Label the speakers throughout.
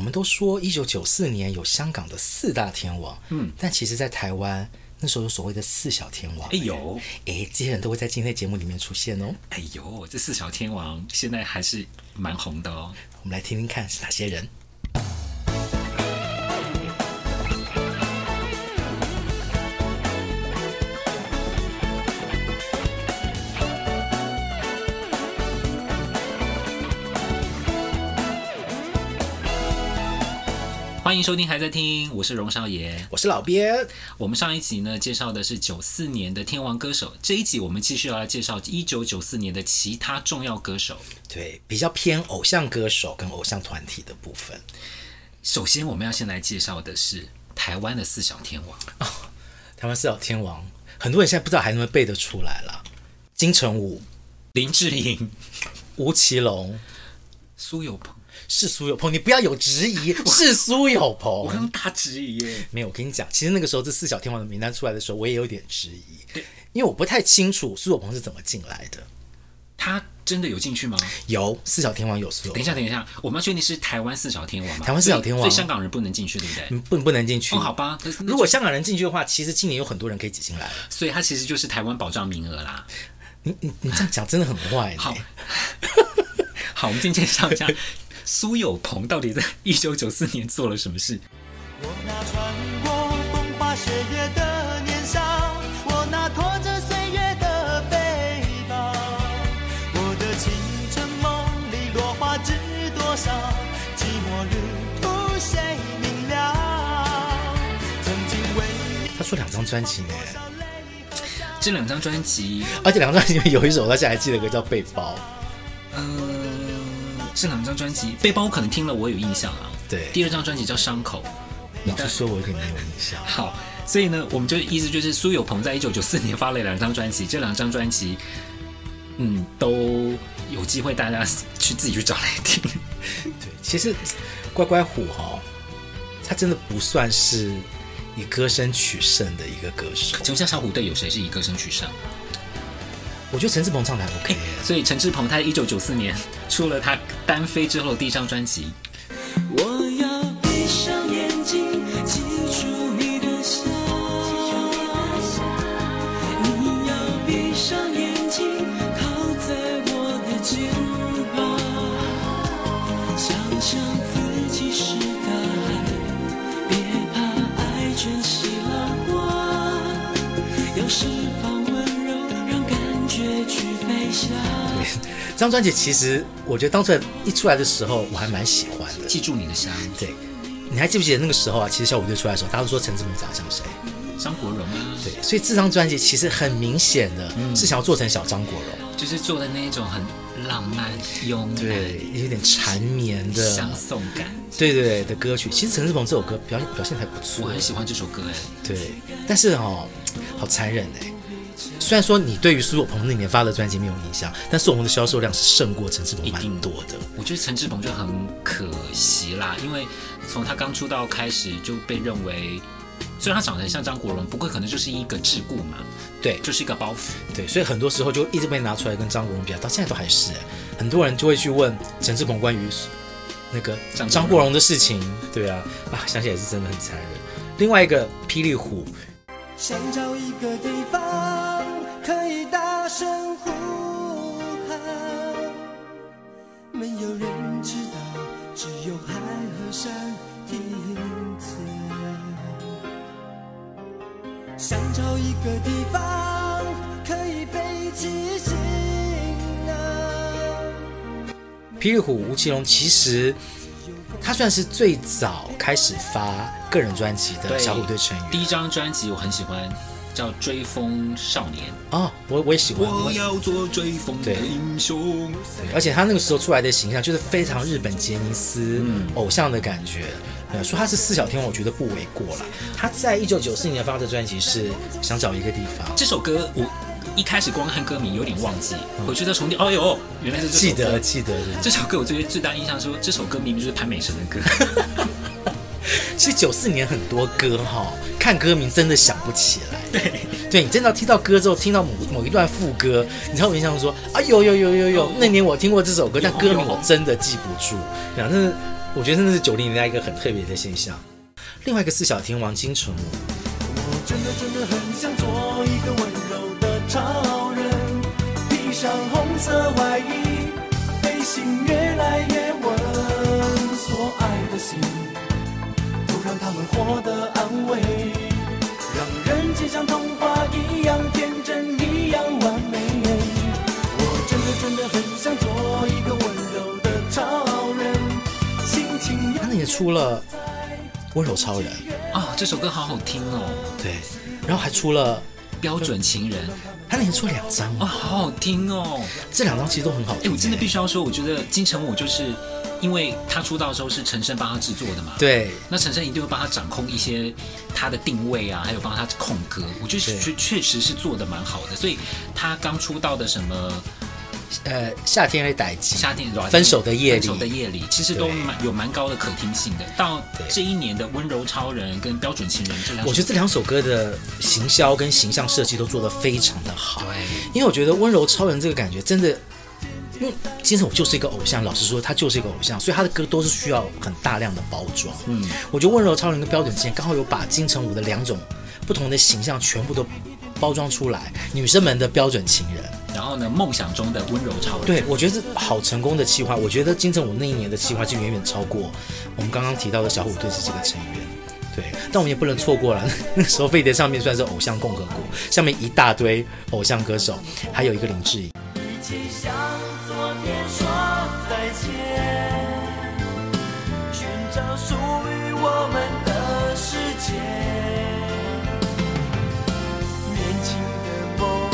Speaker 1: 们都说一九九四年有香港的四大天王，嗯，但其实，在台湾那时候有所谓的四小天王，
Speaker 2: 哎呦，
Speaker 1: 哎，这些人都会在今天的节目里面出现哦。
Speaker 2: 哎呦，这四小天王现在还是蛮红的哦。
Speaker 1: 我们来听听看是哪些人。
Speaker 2: 欢迎收听，还在听，我是荣少爷。
Speaker 1: 我是老边，
Speaker 2: 我们上一集呢介绍的是九四年的天王歌手，这一集我们继续要来介绍一九九四年的其他重要歌手。
Speaker 1: 对，比较偏偶像歌手跟偶像团体的部分。
Speaker 2: 首先，我们要先来介绍的是台湾的四小天王，
Speaker 1: 台湾四小天王，很多人现在不知道还能不能背得出来啦。金城武、
Speaker 2: 林志颖、
Speaker 1: 吴奇隆
Speaker 2: 苏有朋。
Speaker 1: 是苏有朋，你不要有质疑，是苏有
Speaker 2: 我
Speaker 1: 朋。
Speaker 2: 刚大质疑耶，
Speaker 1: 没有，我跟你讲，其实那个时候这四小天王的名单出来的时候，我也有点质疑，因为我不太清楚苏有朋是怎么进来的。
Speaker 2: 他真的有进去吗？
Speaker 1: 有四小天王有苏有
Speaker 2: 等一
Speaker 1: 朋，
Speaker 2: 下，等一下，我们要确定是台湾四小天王吗？
Speaker 1: 台湾四小天王
Speaker 2: 所以所以香港人不能进去，对不对？
Speaker 1: 嗯不不能进去。
Speaker 2: 哦，好吧，可是那
Speaker 1: 如果香港人进去的话，其实今年有很多人可以挤进来。
Speaker 2: 所以他其实就是台湾保障名额啦。
Speaker 1: 你你你这样讲真的很坏、
Speaker 2: 好
Speaker 1: 欸。，
Speaker 2: 好，我们今天介绍一下苏有朋到底在一九九四年做了什么事。
Speaker 3: 我那穿过风花雪月的年少，我那拖着岁月的背包，我的青春梦里落花知多少，寂寞旅途谁明了？曾经为你
Speaker 1: 他出两张专辑呢，
Speaker 3: 少泪和笑。
Speaker 2: 这两张专辑，
Speaker 1: 而且两张专辑里面有一首我到现在还记得，有个叫《背包》。
Speaker 2: 嗯、呃这两张专辑，背包我可能听了我有印象啊。
Speaker 1: 对
Speaker 2: 第二张专辑叫《伤口》。
Speaker 1: 老实说，我有点没有印象。
Speaker 2: 好，所以呢，我们就意思就是苏有朋在一九九四年发了两张专辑，这两张专辑，嗯，都有机会大家去自己去找来听。
Speaker 1: 对，其实乖乖虎哈、他真的不算是以歌声取胜的一个歌手。
Speaker 2: 请问一下，小虎队有谁是以歌声取胜？哎
Speaker 1: 我觉得陈志朋唱的还 OK，、
Speaker 2: 所以陈志朋他一九九四年出了他单飞之后的第一张专辑，
Speaker 3: 我要闭上眼睛，记住你的笑。你要闭上眼睛，靠在我的肩膀，想象自己是大海，别怕爱卷起浪花，要释放温柔，让感觉去飞翔。
Speaker 1: 这 张专辑其实我觉得当初一出来的时候，我还蛮喜欢的。
Speaker 2: 记住你的香，
Speaker 1: 对，你还记不记得那个时候啊？其实小虎队出来的时候，大家都说陈志朋长得像谁？
Speaker 2: 张国荣啊，
Speaker 1: 对，所以这张专辑其实很明显的是想要做成小张国荣，
Speaker 2: 就是做的那一种很浪漫、慵
Speaker 1: 对，啊有点缠绵
Speaker 2: 懒、相
Speaker 1: 的，
Speaker 2: 送感。
Speaker 1: 对对对的歌曲。其实陈志朋这首歌表现表现还不
Speaker 2: 我
Speaker 1: 错，
Speaker 2: 很喜欢这首歌哎，
Speaker 1: 对，但是哦，好残忍哎。虽然说你对于苏有朋那年发的专辑没有印象，但苏有朋的销售量是胜过陈志朋蛮多的。
Speaker 2: 我觉得陈志朋就很可惜啦，因为从他刚出道开始就被认为，虽然他长得很像张国荣，不过可能就是一个桎梏嘛，
Speaker 1: 对
Speaker 2: 就是一个包袱。
Speaker 1: 对，所以很多时候就一直被拿出来跟张国荣比较，到现在都还是哎。很多人就会去问陈志朋关于那个
Speaker 2: 张国荣
Speaker 1: 张国荣的事情。对啊，啊，想起来是真的很残忍。另外一个霹雳虎，
Speaker 3: 想找一个地方可以大声呼喊，没有人知道，只有海和山听见。想找一个地方可以背起行囊。
Speaker 1: 霹雳虎吴奇隆其实他算是最早开始发个人专辑的
Speaker 2: 对
Speaker 1: 小虎队成员。
Speaker 2: 第一张专辑我很喜欢，叫《追风少年》。
Speaker 1: 哦，我我也喜欢。
Speaker 2: 我要做追风的
Speaker 1: 对
Speaker 2: 英雄。
Speaker 1: 对而且他那个时候出来的形象就是非常日本杰尼斯、
Speaker 2: 嗯
Speaker 1: 偶像的感觉。呃，说他是四小天王，我觉得不为过啦。他在一九九四年发的专辑是《想找一个地方》，
Speaker 2: 这首歌我一开始光看歌名有点忘记，回去再重听，哎呦，原来是这首
Speaker 1: 嗯记
Speaker 2: 歌
Speaker 1: 得。记得。
Speaker 2: 这首歌我最最大印象说，这首歌明明就是潘美辰的歌。
Speaker 1: 其实九四年很多歌哈，看歌名真的想不起来。对，对你真的听到歌之后，听到某某一段副歌，你才会有印象
Speaker 2: 哦
Speaker 1: 说啊，有有有有有，那年我听过这首歌，但歌名我真的记不住。讲真的，我觉得真的是九零年代一个很特别的现象。另外一个四小天王金城武，
Speaker 4: 我真的真的很想做一个温柔的超人，披上红色外衣，背心越来越稳，所爱的心，就让他们获得安慰，让人间像童话一样天真，一样完美。我真的真的很想做一个温柔的超人，心情
Speaker 1: 他那也出了《温柔超人》，
Speaker 2: 啊，这首歌好好听哦，
Speaker 1: 对，然后还出了，
Speaker 2: 标准情人
Speaker 1: 他那也出了两张哦，
Speaker 2: 哇，好好听哦。
Speaker 1: 这两张其实都很好
Speaker 2: 哎，
Speaker 1: 听。欸
Speaker 2: 我真的必
Speaker 1: 须
Speaker 2: 须要说，我觉得金城武就是因为他出道的时候是陈升帮他制作的嘛，，
Speaker 1: 对，
Speaker 2: 那陈升一定会帮他掌控一些他的定位啊，还有帮他控歌，我觉得
Speaker 1: 对
Speaker 2: 确确实是做的蛮好的，所以他刚出道的什么
Speaker 1: 呃，夏天的逮鸡，
Speaker 2: 夏天
Speaker 1: 分手的夜里
Speaker 2: 分手的夜里，其实都蛮有蛮高的可听性的。到这一年的温柔超人跟标准情人这两首，
Speaker 1: 我觉得这两首歌的行销跟形象设计都做得非常的好。
Speaker 2: 对
Speaker 1: 因为我觉得温柔超人这个感觉真的，嗯因为金城武就是一个偶像，老实说他就是一个偶像，所以他的歌都是需要很大量的包装。嗯，我觉得温柔超人跟标准之间刚好有把金城武的两种不同的形象全部都包装出来，女生们的标准情人。
Speaker 2: 然后呢，梦想中的温柔超人，
Speaker 1: 对，我觉得是好成功的企划。我觉得金城武那一年的企划是远远超过我们刚刚提到的小虎队是这个成员。对，但我们也不能错过了。 那时候飞碟上面算是偶像共和国，上面一大堆偶像歌手，还有一个林志颖。
Speaker 4: 一起向昨天说再见，寻找属于我们的世界。年轻的梦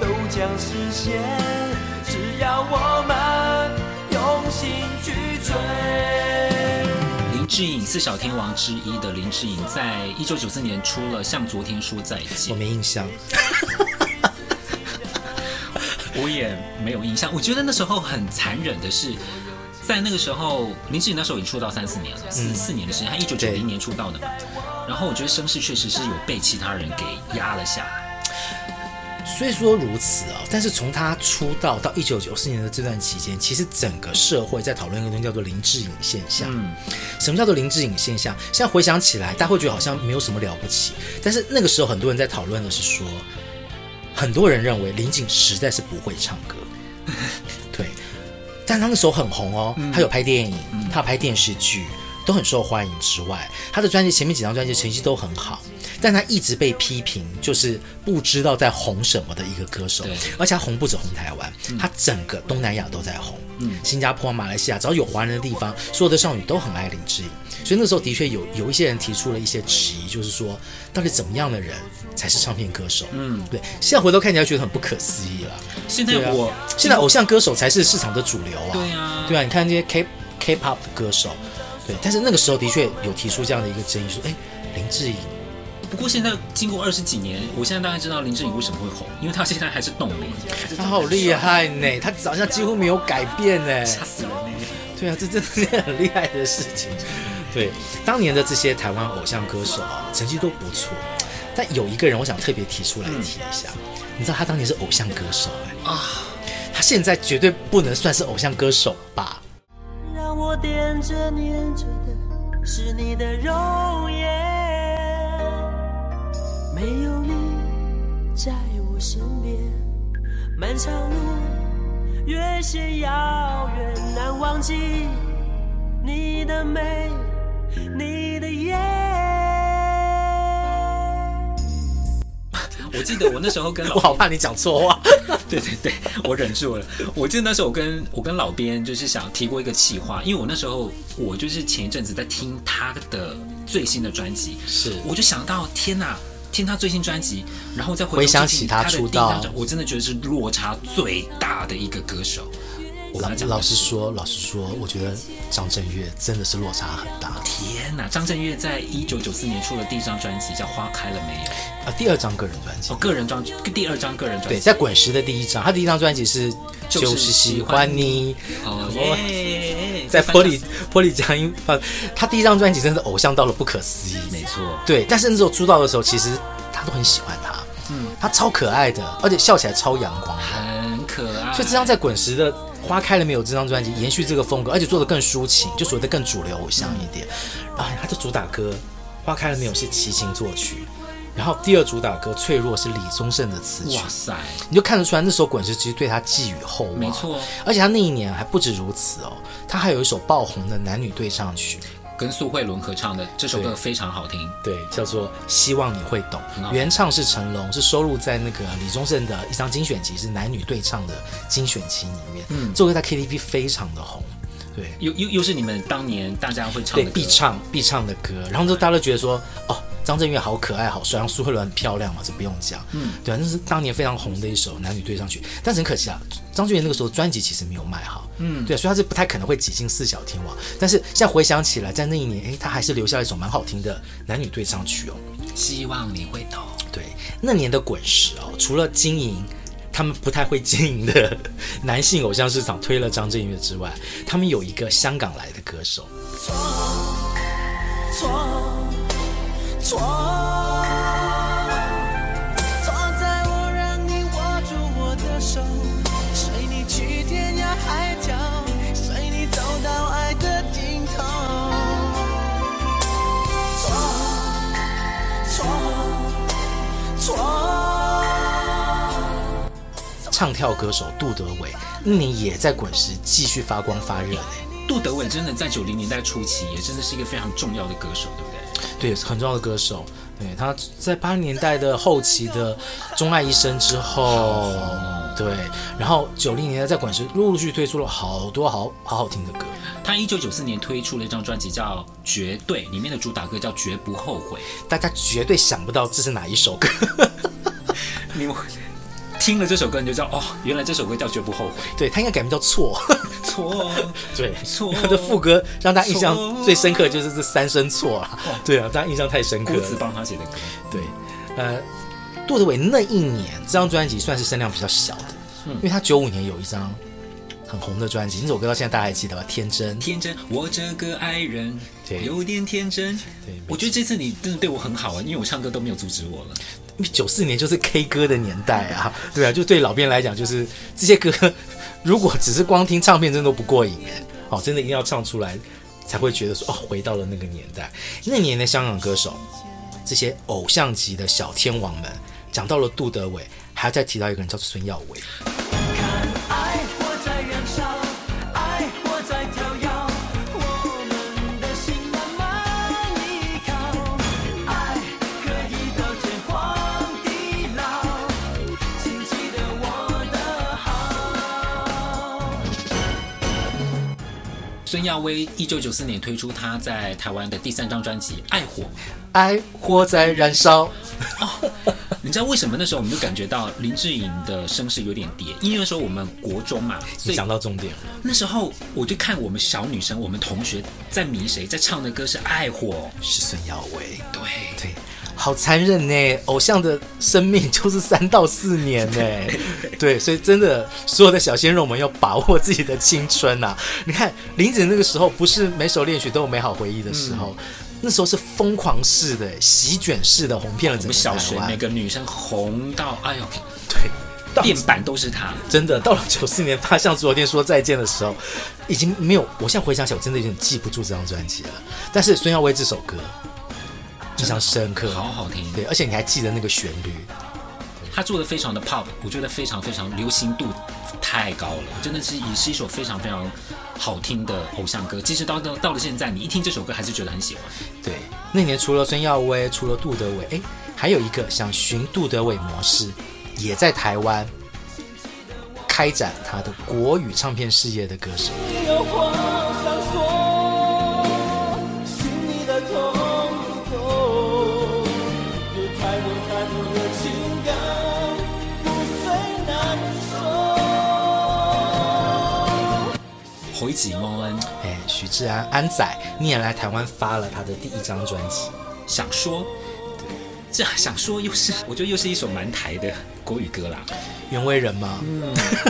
Speaker 4: 都将实现，只要我们用心去追。
Speaker 2: 林志颖四小天王之一的林志颖，在一九九四年出了《向昨天说再
Speaker 1: 我
Speaker 2: 见》，
Speaker 1: 没印象，
Speaker 2: 我也没有印象。我觉得那时候很残忍的是，在那个时候，林志颖那时候已经出道三四年了，四四年的时间，他一九九
Speaker 1: 嗯对
Speaker 2: 零年出道的嘛。然后我觉得声势确实是有被其他人给压了下来。
Speaker 1: 虽说如此啊、但是从他出道到一九九四年的这段期间，其实整个社会在讨论一个东西叫做林志颖现象。
Speaker 2: 嗯，
Speaker 1: 什么叫做林志颖现象？现在回想起来，大家会觉得好像没有什么了不起，但是那个时候很多人在讨论的是说，很多人认为林志颖实在是不会唱歌，对，但他那时候很红哦，他有拍电影，他有拍电视剧，都很受欢迎。之外，他的专辑前面几张专辑成绩都很好，但他一直被批评就是不知道在红什么的一个歌手
Speaker 2: 对，
Speaker 1: 而且他红不止红台湾，他整个东南亚都在红。新加坡、马来西亚，只要有华人的地方，所有的少女都很爱林志颖。所以那时候的确有有一些人提出了一些质疑，就是说，到底怎么样的人才是唱片歌手？嗯，对。现在回头看起来觉得很不可思议了。
Speaker 2: 现在
Speaker 1: 对啊
Speaker 2: 我、
Speaker 1: 现在偶像歌手才是市场的主流啊。
Speaker 2: 对啊
Speaker 1: 对啊，你看这些 K K-pop 的歌手，对，但是那个时候的确有提出这样的一个争议，说，哎，林志颖，
Speaker 2: 不过现在经过二十几年，我现在大概知道林志颖为什么会红，因为他现在还是冻龄，
Speaker 1: 他好厉害呢，他长相几乎没有改变 呢。
Speaker 2: 吓死人了。
Speaker 1: 对啊，这真的是件很厉害的事情。对，当年的这些台湾偶像歌手啊，成绩都不错，但有一个人我想特别提出来提一下，你知道他当年是偶像歌手哎、嗯啊，他现在绝对不能算是偶像歌手吧？
Speaker 4: 让我惦着念着的是你的容颜，没有你在我身边，漫长路越显遥远，难忘记你的美，你的眼。
Speaker 2: 我记得我那时候 跟老
Speaker 1: 我好怕你讲错话。
Speaker 2: 对对对，我忍住了。我记得那时候我跟我跟老编就是想提过一个企划，因为我那时候我就是前一阵子在听他的最新的专辑，
Speaker 1: 是
Speaker 2: 我就想到天哪，听他最新专辑，然后再回
Speaker 1: 回
Speaker 2: 头
Speaker 1: 想
Speaker 2: 去
Speaker 1: 起
Speaker 2: 听
Speaker 1: 他
Speaker 2: 他的
Speaker 1: 出
Speaker 2: 第一张
Speaker 1: 道
Speaker 2: 专我真的觉得是落差最大的一个歌手。我
Speaker 1: 老
Speaker 2: 跟他讲
Speaker 1: 老实说，老实说，我觉得张震岳真的是落差很大
Speaker 2: 天哪，张震岳在一九九四年出了第一张专辑叫《花开了没有》，
Speaker 1: 啊。第二张个人专辑
Speaker 2: 哦，，个人专第二张个人专
Speaker 1: 对，
Speaker 2: 辑，
Speaker 1: 在滚石的第一张，他第一张专辑是《
Speaker 2: 就是
Speaker 1: 就是喜
Speaker 2: 喜
Speaker 1: 欢
Speaker 2: 欢
Speaker 1: 你》。
Speaker 2: 哦
Speaker 1: 我
Speaker 2: 耶，
Speaker 1: 在
Speaker 2: 翻
Speaker 1: 玻
Speaker 2: 唱
Speaker 1: 璃玻璃佳音放，他第一张专辑真的是偶像到了不可思议。
Speaker 2: 没错，
Speaker 1: 对，但是那时候出道的时候，其实他都很喜欢他，嗯，他超可爱的，而且笑起来超阳光的。
Speaker 2: 很可爱，
Speaker 1: 所以这张在滚石的花开了没有》这张专辑延续这个风格，而且做的更抒情，就所谓的更主流偶像一点。啊，他的主打歌《花开了没有》是齐秦作曲，然后第二主打歌《脆弱》是李宗盛的词曲
Speaker 2: 哇。塞，
Speaker 1: 你就看得出来，那时候滚石其实对他寄予厚望。
Speaker 2: 没错，
Speaker 1: 而且他那一年还不止如此哦，他还有一首爆红的男女对唱曲，
Speaker 2: 跟苏慧伦合唱的这首歌非常好听。
Speaker 1: 对，叫做《希望你会懂
Speaker 2: 很》，好
Speaker 1: 原唱是成龙，是收录在那个李宗盛的一张精选集，是男女对唱的精选集里面。嗯，这首歌在 KTV 非常的红，对，
Speaker 2: 又又又是你们当年大家会唱
Speaker 1: 对
Speaker 2: 的歌
Speaker 1: 必唱必唱的歌，然后就大家都觉得说，哦，张震岳好可爱好帅，然后苏慧伦很漂亮嘛，这不用讲，嗯，对啊，那是当年非常红的一首男女对唱曲，但是很可惜啊，张震岳那个时候专辑其实没有卖好，嗯，对啊、所以他是不太可能会挤进四小天王，但是现在回想起来，在那一年，哎，他还是留下了一首蛮好听的男女对唱曲哦，
Speaker 2: 希望你会懂。
Speaker 1: 对，那年的滚石哦，除了经营他们不太会经营的 男性偶像市场推了张震岳之外，他们有一个香港来的歌手，
Speaker 4: 闯闯闯，闯在我让你握住我的手，随你去天涯海角，随你走到爱的尽头。闯闯闯。
Speaker 1: 唱跳歌手杜德伟，那年也在滚石继续发光发热呢。
Speaker 2: 杜德伟真的在九零年代初期也真的是一个非常重要的歌手，对不对？
Speaker 1: 对，很重要的歌手。对，他在八零年代的后期的《钟爱一生》之后，对，然后九零年代在滚石陆陆续续推出了好多好好好听的歌。
Speaker 2: 他一九九四年推出了一张专辑叫《绝对》，里面的主打歌叫《绝不后悔
Speaker 1: 大家绝对想不到这是哪一首歌，》。
Speaker 2: 你们听了这首歌，你就知道哦，原来这首歌叫《绝不后悔
Speaker 1: 对他应该改名叫错，》。
Speaker 2: 错，
Speaker 1: 对，
Speaker 2: 错
Speaker 1: 他的副歌让大家印象
Speaker 2: 错
Speaker 1: 最深刻就是这三声错 啊，对啊，大家印象太深刻
Speaker 2: 郭
Speaker 1: 了。
Speaker 2: 子帮他写的歌。
Speaker 1: 对，呃，杜德伟那一年这张专辑算是声量比较小的，
Speaker 2: 嗯
Speaker 1: 因为他九五年有一张很红的专辑，那首歌到现在大家还记得吧？天真，
Speaker 2: 天真，我这个爱人
Speaker 1: 对
Speaker 2: 有点天真
Speaker 1: 对没。
Speaker 2: 我觉得这次你真的对我很好啊，因为我唱歌都没有阻止我了。
Speaker 1: 因为九四年就是 K 歌的年代啊，对啊，就对老编来讲，就是这些歌 如果只是光听唱片，真的都不过瘾哎，哦，真的一定要唱出来才会觉得说哦，回到了那个年代。那年的香港歌手，这些偶像级的小天王们，讲到了杜德伟，还要再提到一个人叫做孙耀威。
Speaker 4: 看，爱火在燃烧，爱火在跳跃，我们的心慢慢依靠，爱可以到天荒地老，请记得我的好。
Speaker 2: 孙耀威一九九四年推出他在台湾的第三张专辑《爱火》，
Speaker 1: 爱哎火在燃烧，
Speaker 2: 你知道为什么那时候我们就感觉到林志颖的声势有点跌？因为那时候我们国 中嘛，所
Speaker 1: 你
Speaker 2: 以
Speaker 1: 讲到重点了。
Speaker 2: 那时候我就看我们小女生、我们同学在迷谁，在唱的歌是《爱火
Speaker 1: 是孙耀威。》。
Speaker 2: 对，
Speaker 1: 对，好残忍呢！偶像的生命就是三到四年呢。 对，所以真的，所有的小鲜肉们要把握自己的青春呐、 你看林子那个时候，不是每首恋曲都有美好回忆的时候，
Speaker 2: 嗯
Speaker 1: 那时候是疯狂式的、席卷式的红遍了
Speaker 2: 我
Speaker 1: 整
Speaker 2: 们
Speaker 1: 个
Speaker 2: 小
Speaker 1: 台
Speaker 2: 学每
Speaker 1: 湾。
Speaker 2: 个女生红到哎呦，
Speaker 1: 对，到
Speaker 2: 电板都是她。
Speaker 1: 真的到了九四年他向左店说再见的时候，已经没有。我现在回想起来，我真的有点记不住这张专辑了。但是孙耀威这首歌印象深刻，
Speaker 2: 好好听
Speaker 1: 对，而且你还记得那个旋律，
Speaker 2: 他做的非常的 pop，我觉得非常非常流行度太高了，真的是也是一首非常非常好听的偶像歌。即使到到到了现在，你一听这首歌还是觉得很喜欢。
Speaker 1: 对。那年除了孙耀威，除了杜德伟，哎，还有一个想寻杜德伟模式，也在台湾开展他的国语唱片事业的歌手。
Speaker 4: 有话想说，心里的痛不痛？有太多太多的情感，覆碎难收。
Speaker 2: 回击汪恩
Speaker 1: 哎，许志安安仔那年来台湾发了他的第一张专辑。
Speaker 2: 想说，这想说又是我觉得又是一首蛮台的国语歌啦。
Speaker 1: 袁惟仁吗？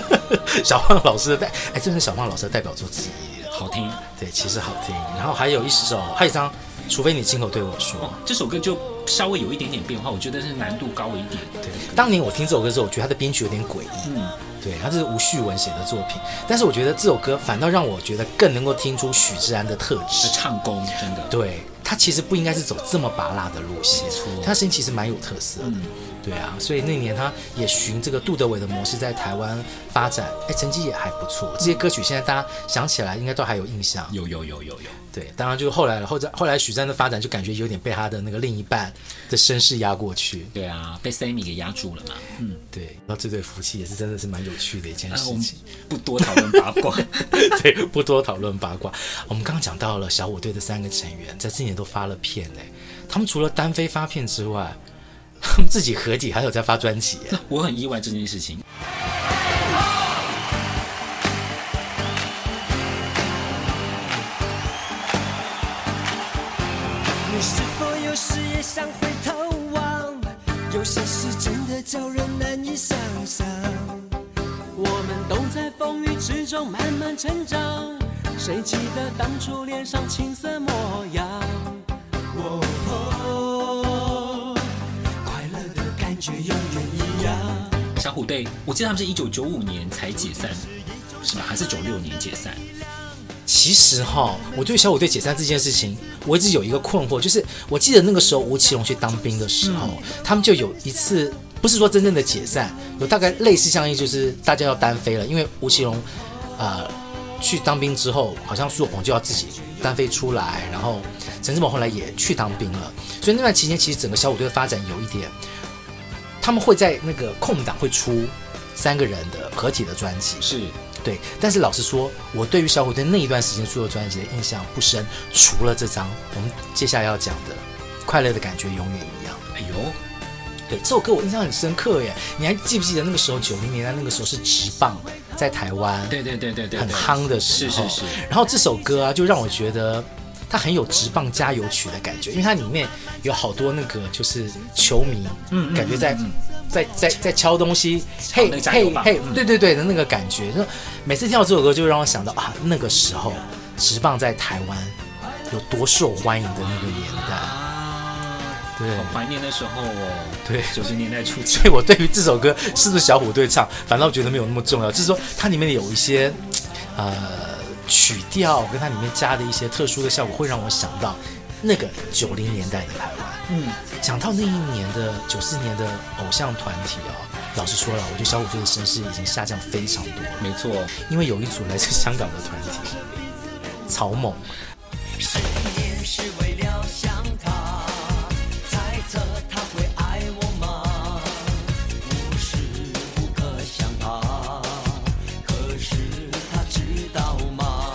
Speaker 1: 小胖老师的代，哎，这是小胖老师的代表作之一了。
Speaker 2: 好听
Speaker 1: 对，其实好听。然后还有一首，还有一张，除非你亲口对我说，
Speaker 2: 哦，这首歌就稍微有一点点变化，我觉得是难度高了一点。对，
Speaker 1: 当年我听这首歌之后，我觉得他的编曲有点诡异。
Speaker 2: 嗯，
Speaker 1: 对，他这是吴旭文写的作品，但是我觉得这首歌反倒让我觉得更能够听出许志安的特质。
Speaker 2: 唱功真的，
Speaker 1: 对他其实不应该是走这么拔辣的路线
Speaker 2: 没错，嗯
Speaker 1: 他声音其实蛮有特色的。对啊，所以那年他也循这个杜德伟的模式在台湾发展，哎，成绩也还不错。这些歌曲现在大家想起来应该都还有印象。
Speaker 2: 有有有有有，
Speaker 1: 对，当然就是后来了，后来后来许志安的发展就感觉有点被他的那个另一半的身世压过去。
Speaker 2: 对啊，被 Sammy 给压住了嘛。嗯，
Speaker 1: 对，然后这对夫妻也是真的是蛮有趣的一件
Speaker 2: 那 啊我
Speaker 1: 事
Speaker 2: 们
Speaker 1: 情。
Speaker 2: 不多讨论八卦。
Speaker 1: 对，不多讨论八卦。我们刚刚讲到了小虎队的三个成员，在今年都发了片哎、他们除了单飞发片之外，他们自己合体还有在发专辑、欸。
Speaker 2: 我很意外这件事情，
Speaker 4: 你是否有时也想回头望？有些事真的叫人难以想象。
Speaker 3: 我们都在风雨之中慢慢成长，谁记得当初脸上青涩模样？哦哦，快乐的感觉永远一样。
Speaker 2: 小虎队，我记得他们是一九九五年才解散，是吧？还是九六年解散？
Speaker 1: 其实哈，我对小虎队解散这件事情，我一直有一个困惑，就是我记得那个时候吴奇隆去当兵的时候，他们就有一次，不是说真正的解散，有大概类似相应，就是大家要单飞了，因为吴奇隆，呃，去当兵之后，好像苏有朋就要自己单飞出来，然后陈志朋后来也去当兵了，所以那段期间，其实整个小虎队的发展有一点，他们会在那个空档会出三个人的合体的专辑，
Speaker 2: 是
Speaker 1: 对，但是老实说，我对于小虎队那一段时间出的专辑的印象不深，除了这张我们接下来要讲的《快乐的感觉永远一样
Speaker 2: 哎呦，》。
Speaker 1: 对，这首歌我印象很深刻耶，你还记不记得那个时候九零年代那个时候是直棒在台湾
Speaker 2: 对对对对对，
Speaker 1: 很
Speaker 2: 对
Speaker 1: 夯的时候，
Speaker 2: 是是是
Speaker 1: 然后这首歌啊，就让我觉得它很有直棒加油曲的感觉，因为它里面有好多那个就是球迷，嗯，感觉在、在在在敲东西，嘿
Speaker 2: 那个加油
Speaker 1: 嘿
Speaker 2: 棒
Speaker 1: 嘿
Speaker 2: 嗯，
Speaker 1: 对对对的那个感觉，就每次听到这首歌，就让我想到啊，那个时候直棒在台湾有多受欢迎的那个年代，
Speaker 2: 啊，
Speaker 1: 对
Speaker 2: 好怀念那时候哦。
Speaker 1: 对
Speaker 2: 九十年代初期
Speaker 1: 所以我对于这首歌是不是小虎队唱，反倒觉得没有那么重要。就是说，它里面有一些呃曲调跟它里面加的一些特殊的效果，会让我想到那个九零年代的台湾。嗯，想到那一年的九四年的偶像团体哦，老实说了，我觉得小虎队的声势已经下降非常多了，
Speaker 2: 没错，
Speaker 1: 因为有一组来自香港的团体草蜢。
Speaker 4: 十年是为了想他，猜测他会爱我吗？无时无刻想他，可是他知道吗？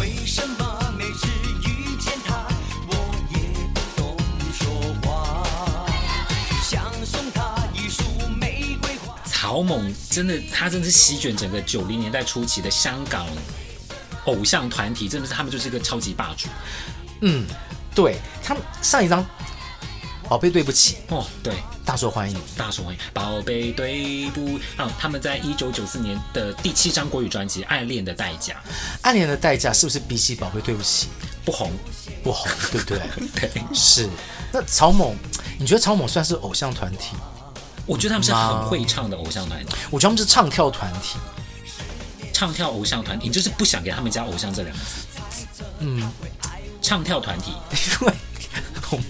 Speaker 4: 为什么每次遇见他，我也不懂说话？想送他一束玫瑰花。
Speaker 2: 草蜢真的，他真的是席卷整个九零年代初期的香港偶像团体，真的是他们就是一个超级霸主
Speaker 1: 嗯，对他们上一张《宝贝对不起》
Speaker 2: 哦。对，
Speaker 1: 大受欢迎。
Speaker 2: 大手环，宝贝对不啊？他们在一九九四年的第七张国语专辑《爱恋的代价
Speaker 1: 暗恋的代价是不是比起宝贝对不起》
Speaker 2: 不红，
Speaker 1: 不红，对不对？
Speaker 2: 对，
Speaker 1: 是。那草蜢，你觉得草蜢算是偶像团体？
Speaker 2: 我觉得他们是很会唱的偶像团体，
Speaker 1: 我觉得他们是唱跳团体，
Speaker 2: 唱跳偶像团体，你就是不想给他们加偶像这两个字。嗯，唱跳团 体，
Speaker 1: 因为我们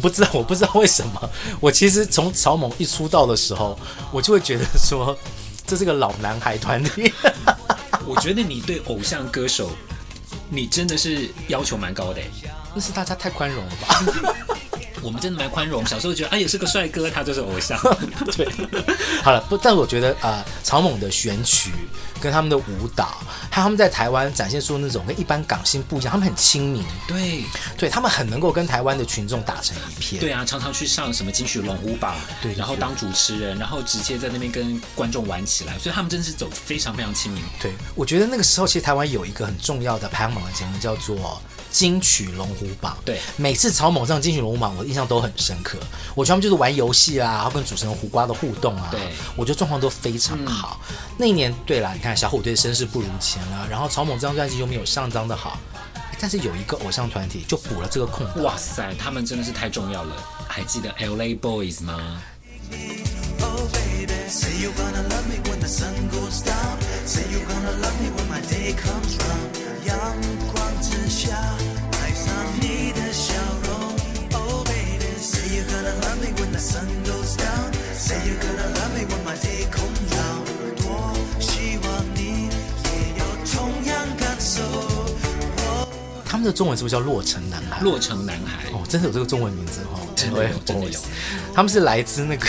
Speaker 1: 不知道，我不知道为什么。我其实从草蜢一出道的时候，我就会觉得说，这是个老男孩团体。
Speaker 2: 我觉得你对偶像歌手，你真的是要求蛮高的欸。
Speaker 1: 那是大家太宽容了吧？
Speaker 2: 我们真的蛮宽容，小时候觉得哎也是个帅哥，他就是偶像。
Speaker 1: 对，好了，不，但我觉得呃，草蜢的选曲跟他们的舞蹈，还有他们在台湾展现出那种跟一般港星不一样，他们很亲民。
Speaker 2: 对
Speaker 1: 对他们很能够跟台湾的群众打成一片。
Speaker 2: 对啊，常常去上什么金曲龙虎榜，
Speaker 1: 对
Speaker 2: 然后当主持人，然后直接在那边跟观众玩起来，所以他们真是走非常非常亲民。
Speaker 1: 对我觉得那个时候其实台湾有一个很重要的排行榜的节目叫做金曲龙虎榜。
Speaker 2: 对
Speaker 1: 每次草蜢上金曲龙虎榜，我的印象都很深刻。我觉得他们就是玩游戏啊，然后跟主持人胡瓜的互动啊，
Speaker 2: 对嗯
Speaker 1: 我觉得状况都非常好。那一年，对啦，你看小虎队的声势不如前了，然后草蜢这张专辑又没有上张的好。但是有一个偶像团体就补了这个空档。
Speaker 2: 哇塞，他们真的是太重要了。还记得 L A Boys 吗？
Speaker 5: Oh baby, say you're gonna love me when the sun goes down. Say you're gonna love me when my day comes round. 阳光之下，爱上你的笑容。Oh baby, say you're gonna love me when the sun goes down. Say you're gonna love me when my day comes round. 多希望你也有同样感受。
Speaker 1: 他们的中文是不是叫洛城男孩？
Speaker 2: 洛城男孩，
Speaker 1: 哦，真的有这个中文名字哦，
Speaker 2: 真的有真的有。
Speaker 1: 他们是来自那个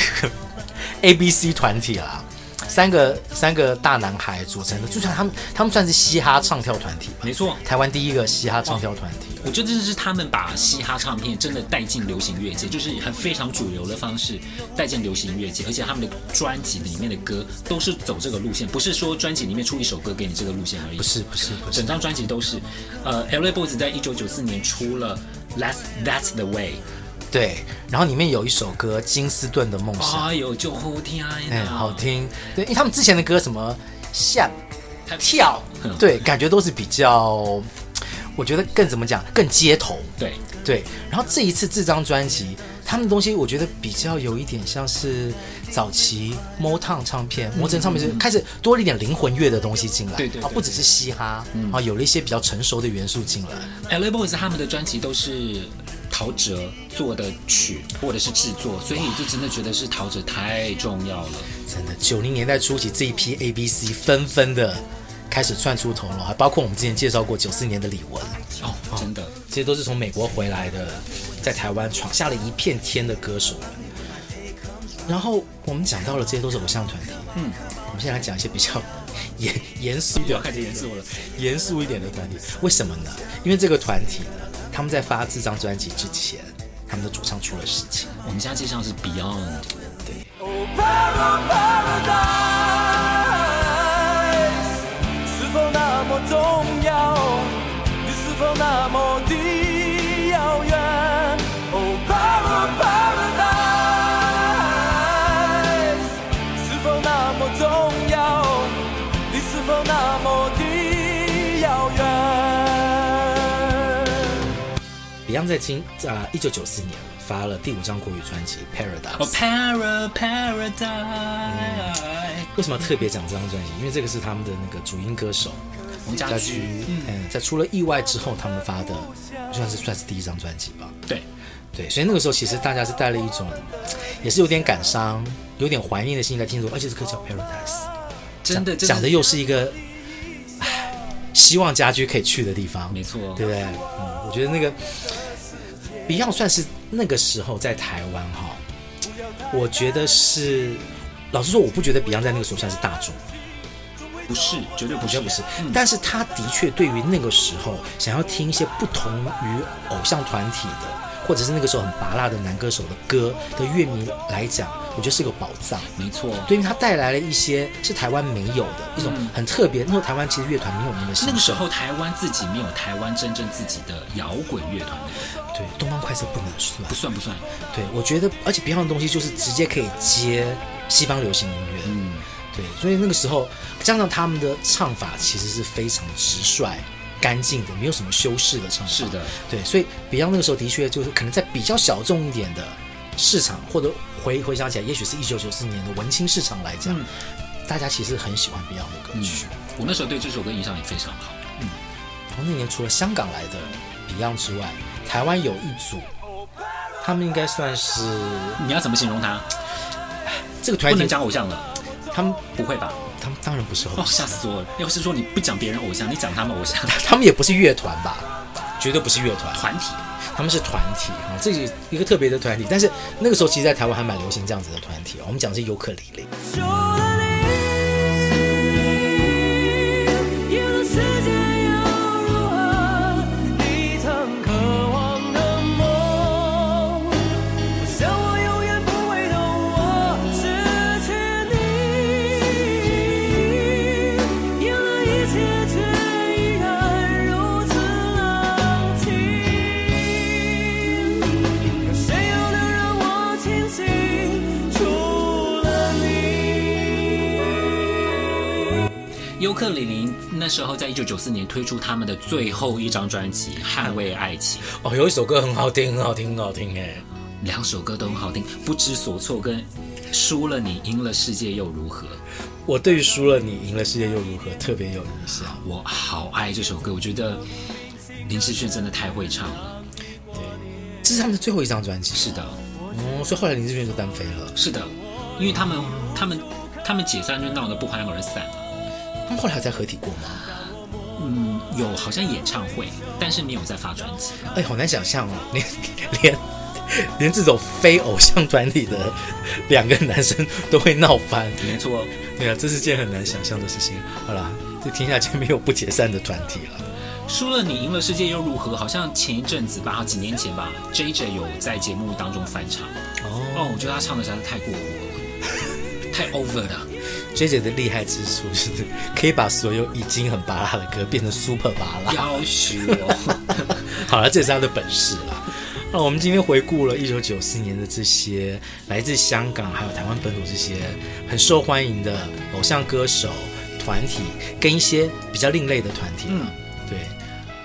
Speaker 1: A B C 团体啦，三个三个大男孩组成的，就算他们他们算是嘻哈唱跳团体吧，
Speaker 2: 没错哦
Speaker 1: 台湾第一个嘻哈唱跳团体。
Speaker 2: 我觉得这是他们把嘻哈唱片真的带进流行乐界，就是很非常主流的方式带进流行乐界，而且他们的专辑里面的歌都是走这个路线，不是说专辑里面出一首歌给你这个路线而已，
Speaker 1: 不是不是不是
Speaker 2: 整张专辑都是。呃，L.A. Boys 在一九九四年出了呃《That's That's the Way》，
Speaker 1: 对，然后里面有一首歌《金斯顿的梦想》，
Speaker 2: 哎呦，就好听啊！
Speaker 1: 哎、好听。对，因为他们之前的歌什么像
Speaker 2: 还不
Speaker 1: 跳
Speaker 2: 嗯，
Speaker 1: 对，感觉都是比较，我觉得更怎么讲，更街头。
Speaker 2: 对，
Speaker 1: 对，然后这一次这张专辑，他们的东西我觉得比较有一点像是早期 Motown 唱片、魔城唱片是开始多了一点灵魂乐的东西进来，
Speaker 2: 嗯对对
Speaker 1: 啊，
Speaker 2: 对嗯
Speaker 1: 不只是嘻哈，啊，有了一些比较成熟的元素进来。
Speaker 2: L.A. Boys 他们的专辑都是陶喆做的曲或者是制作，所以就真的觉得是陶喆太重要了。
Speaker 1: 真的，九零年代初期这一批 A B C 纷纷的开始窜出头了，还包括我们之前介绍过九四年的李玟，
Speaker 2: 哦，真的，
Speaker 1: 这些都是从美国回来的，在台湾闯下了一片天的歌手们。然后我们讲到了这些都是偶像团体，嗯，我们现在来讲一些比较严 严肃一
Speaker 2: 不
Speaker 1: 点
Speaker 2: 要开始严肃了。
Speaker 1: 严肃一点的团体，为什么呢？因为这个团体呢，他们在发这张专辑之前，他们的主唱出了事情。
Speaker 2: 我们现在介绍是 Beyond，
Speaker 4: Oh, para- Paradise，是否那么重要？你是否那么的遥远？Oh, para- Paradise，是否那么重要？你是否那么的遥远？
Speaker 1: Beyond 在今啊一九九四年发了第五张国语专辑《Paradise》
Speaker 2: 哦，Para Paradise，
Speaker 1: 为什么要特别讲这张专辑？因为这个是他们的那个主音歌手
Speaker 2: 洪家
Speaker 1: 家
Speaker 2: 驹
Speaker 1: 驹，，嗯，在出了意外之后，他们发的算是算是第一张专辑吧。
Speaker 2: 对，
Speaker 1: 对，所以那个时候其实大家是带了一种，也是有点感伤、有点怀念的心情在听说，而且这歌叫《Paradise》，
Speaker 2: 真的
Speaker 1: 讲讲的又是一个，唉，希望家居可以去的地方，
Speaker 2: 没错哦
Speaker 1: 对不对？嗯，我觉得那个 Beyond 算是那个时候在台湾哈，我觉得是，老实说，我不觉得 Beyond 在那个时候算是大众，
Speaker 2: 不是，绝对不
Speaker 1: 我觉
Speaker 2: 是，
Speaker 1: 得
Speaker 2: 嗯
Speaker 1: 不是，但是他的确对于那个时候想要听一些不同于偶像团体的，或者是那个时候很拔辣的男歌手的歌的乐迷来讲，我觉得是个宝藏。
Speaker 2: 没错。
Speaker 1: 对于他带来了一些是台湾没有的一种很特别，那时候台湾其实乐团没有那么兴
Speaker 2: 嗯那
Speaker 1: 盛
Speaker 2: 个时候台湾自己没有台湾真正自己的摇滚乐团的，
Speaker 1: 对东方快车不能算
Speaker 2: 不，算不算，
Speaker 1: 对我觉得，而且 Beyond 的东西就是直接可以接西方流行音乐，嗯，对，所以那个时候加上他们的唱法其实是非常直率、干净的，没有什么修饰的唱法，
Speaker 2: 是的，
Speaker 1: 对，所以 Beyond 那个时候的确就是可能在比较小众一点的市场，或者回回想起来，也许是一九九四年的文青市场来讲，
Speaker 2: 嗯
Speaker 1: 大家其实很喜欢 Beyond 的歌曲。
Speaker 2: 我那时候对这首歌印象也非常好。
Speaker 1: 然后那年除了香港来的 Beyond 之外，台湾有一组，他们应该算是
Speaker 2: 你要怎么形容它？
Speaker 1: 这个团
Speaker 2: 不
Speaker 1: 体
Speaker 2: 能，讲偶像了，
Speaker 1: 他们
Speaker 2: 不会吧？
Speaker 1: 他们当然不是偶
Speaker 2: 哦，
Speaker 1: 像，
Speaker 2: 吓死我了！要是说你不讲别人偶像，你讲他们偶像
Speaker 1: 他们也不是乐团吧？绝对不是乐团，
Speaker 2: 团体，
Speaker 1: 他们是团体啊，这是一个特别的团体。但是那个时候其实，在台湾还蛮流行这样子的团体哦。我们讲的是尤克里里。
Speaker 3: 除了你，一路世界又如何？
Speaker 4: 你曾渴望的梦，我想我永远不会懂，我失去你，
Speaker 3: 赢了一切，却依然如此冷清。
Speaker 4: 有谁又能让我清醒？除了你。
Speaker 2: 克里林那时候在一九九四年推出他们的最后一张专辑《捍卫爱情》，
Speaker 1: 哦，有一首歌很好听，很好听，很好听哎。
Speaker 2: 两首歌都很好听，《不知所措》跟《输了你赢了世界又如何》。
Speaker 1: 我对于输了你赢了世界又如何特别有印象。
Speaker 2: 我好爱这首歌，我觉得林志炫真的太会唱了。
Speaker 1: 这是他们的最后一张专辑，
Speaker 2: 是的，
Speaker 1: 哦，所以后来林志炫就单飞了。
Speaker 2: 是的，因为他们他们他们解散就闹得不欢而散了。
Speaker 1: 他们后来有再合体过吗？
Speaker 2: 嗯，有好像演唱会，但是没有在发专辑。
Speaker 1: 哎，好难想象哦， 连连连这种非偶像团体的两个男生都会闹翻。
Speaker 2: 没错，
Speaker 1: 对啊，这是件很难想象的事情。好啦，这天下间没有不解散的团体了。
Speaker 2: 输了你赢了世界又如何？好像前一阵子吧，几年前吧，J J 有在节目当中翻唱。
Speaker 1: 哦
Speaker 2: 哦，我觉得他唱的实在是太过火了，太 over 了。
Speaker 1: ，J J 的厉害之处就是可以把所有已经很拔辣的歌变成 super 拔辣。
Speaker 2: 要许我，
Speaker 1: 好了，这也是他的本事啦。那我们今天回顾了一九九四年的这些来自香港还有台湾本土这些很受欢迎的偶像歌手团体，跟一些比较另类的团体。嗯，对。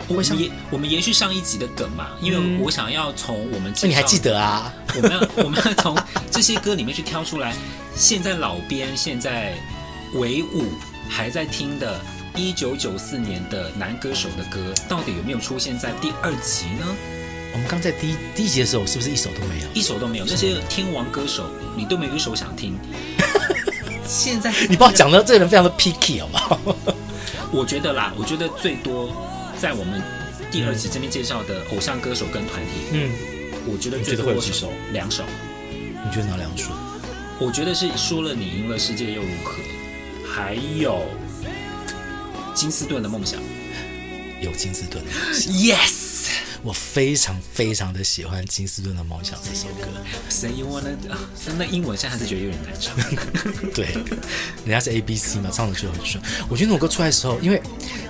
Speaker 2: 我
Speaker 1: 我想
Speaker 2: 们，延我们延续上一集的梗嘛，因为我想要从我
Speaker 1: 嗯那
Speaker 2: 们介绍、
Speaker 1: 你还记得啊？
Speaker 2: 我们要我们要从这些歌里面去挑出来，现在老编现在唯舞还在听的。一九九四年的男歌手的歌，到底有没有出现在第二集呢？
Speaker 1: 我们刚在第一第一集的时候，是不是一首都没有？
Speaker 2: 一首都没有。那些天王歌手，你都没有一首想 听。现在
Speaker 1: 你把我讲到这个人非常的 picky 好不好？
Speaker 2: 我觉得啦，我觉得最多在我们第二期这边介绍的偶像歌手跟团体，
Speaker 1: 嗯，
Speaker 2: 我觉得
Speaker 1: 你
Speaker 2: 最
Speaker 1: 觉得
Speaker 2: 多
Speaker 1: 会有几首？
Speaker 2: 两首。
Speaker 1: 你觉得哪两首？
Speaker 2: 我觉得是输了你赢了世界又如何？还有金斯顿的梦想。
Speaker 1: 有金斯顿的，
Speaker 2: Yes。
Speaker 1: 我非常非常的喜欢金斯顿的《梦想》这首歌。
Speaker 2: Say you wanna，啊那英文现在还是觉得有点难 唱。
Speaker 1: 对，人家是 A B C 嘛，唱的就很顺。我觉得那首歌出来的时候，因为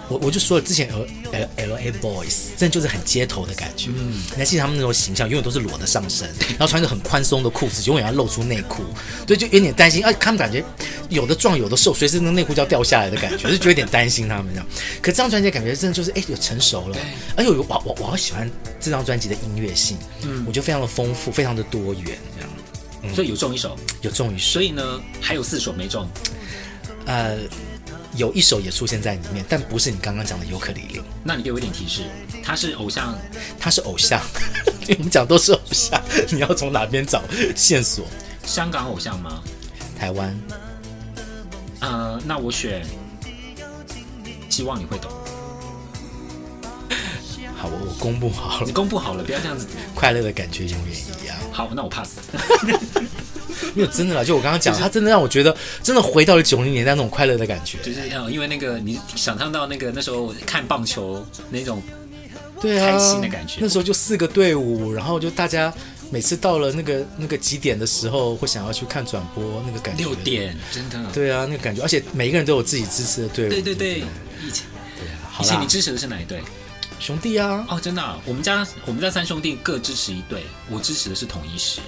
Speaker 1: 我我就说了，之前 L L L A Boys 真的就是很街头的感觉。嗯，你还记得他们那种形象，永远都是裸的上身，然后穿着很宽松的裤子，永远要露出内裤，对，就有点担心。啊，他们感觉有的壮有的瘦，随时那个内裤就要掉下来的感觉，就觉得有点担心他们这样。可这张专辑感觉真的就是，哎，有成熟了，而且我我我我好喜欢这张专辑的音乐性，嗯，我觉得非常的丰富，非常的多元，这样
Speaker 2: 所以有中一首，
Speaker 1: 有重于
Speaker 2: 所以呢还有四首没中。
Speaker 1: 呃，有一首也出现在里面，但不是你刚刚讲的尤克里里，
Speaker 2: 那你给我一点提示，他是偶像
Speaker 1: 它是偶像。 因为我们讲都是偶像，你要从哪边找线索？
Speaker 2: 香港偶像吗？
Speaker 1: 台湾
Speaker 2: 呃，那我选，希望你会懂。
Speaker 1: 好，我我公布好了
Speaker 2: 你，公布好了，不要这样子。
Speaker 1: 快乐的感觉永远一样。
Speaker 2: 好，那我 pass。
Speaker 1: 没有真的啦，就我刚刚讲，它真的让我觉得真的回到了九零年代那种快乐的感觉。
Speaker 2: 就是呃，因为那个你想象到那个那时候看棒球那种，
Speaker 1: 对啊，
Speaker 2: 开心的感觉
Speaker 1: 那时候就四个队伍，然后就大家每次到了那个那个几点的时候，会想要去看转播，那个感觉。
Speaker 2: 六。点，真的。
Speaker 1: 对啊，那个感觉，而且每一个人都有自己支持的队伍。
Speaker 2: 对对对，以前
Speaker 1: 好
Speaker 2: 以
Speaker 1: 啦
Speaker 2: 前你支持的是哪一队？
Speaker 1: 兄弟啊，
Speaker 2: 哦，真的啊、我们家我们家三兄弟各支持一队，我支持的是统一狮。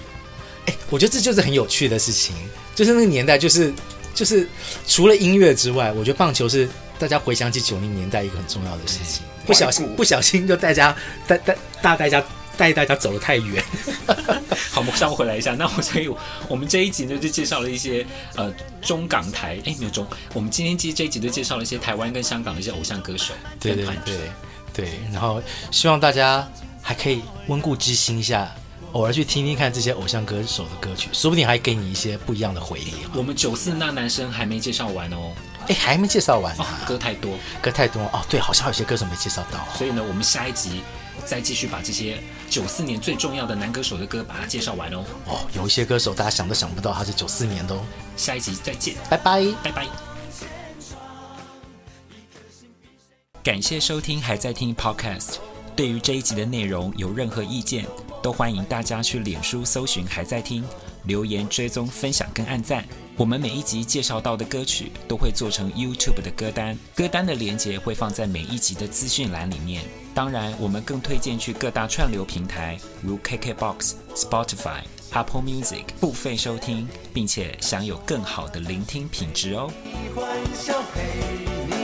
Speaker 1: 哎我觉得这就是很有趣的事情，就是那个年代，就是就是除了音乐之外，我觉得棒球是大家回想起九零年代一个很重要的事情。不小心不小心就带家带带大带家带大家走了太远。
Speaker 2: 好，我们稍微回来一下。那我所以我，我们这一集呢就介绍了一些呃中港台，哎没有中，我们今天这这一集就介绍了一些台湾跟香港的一些偶像歌手
Speaker 1: 对对
Speaker 2: 跟团体。
Speaker 1: 对对，然后希望大家还可以温故知新一下，偶尔去听听看这些偶像歌手的歌曲，说不定还给你一些不一样的回忆。
Speaker 2: 我们九四那男生还没介绍完哦，
Speaker 1: 哎，还没介绍完呢、啊
Speaker 2: 哦歌太多，
Speaker 1: 歌太多哦，对，好像有些歌手没介绍到、哦。
Speaker 2: 所以呢，我们下一集再继续把这些九四年最重要的男歌手的歌把它介绍完哦。
Speaker 1: 哦，有一些歌手大家想都想不到他是九四年的哦。
Speaker 2: 下一集再见，
Speaker 1: 拜拜。
Speaker 2: 拜拜。感谢收听，还在听 Podcast。对于这一集的内容有任何意见，都欢迎大家去脸书搜寻“还在听”，留言追踪、分享跟按赞。我们每一集介绍到的歌曲都会做成 YouTube 的歌单，歌单的连接会放在每一集的资讯栏里面。当然，我们更推荐去各大串流平台，如 KKBox、Spotify、Apple Music 付费收听，并且享有更好的聆听品质哦。
Speaker 4: 欢笑陪你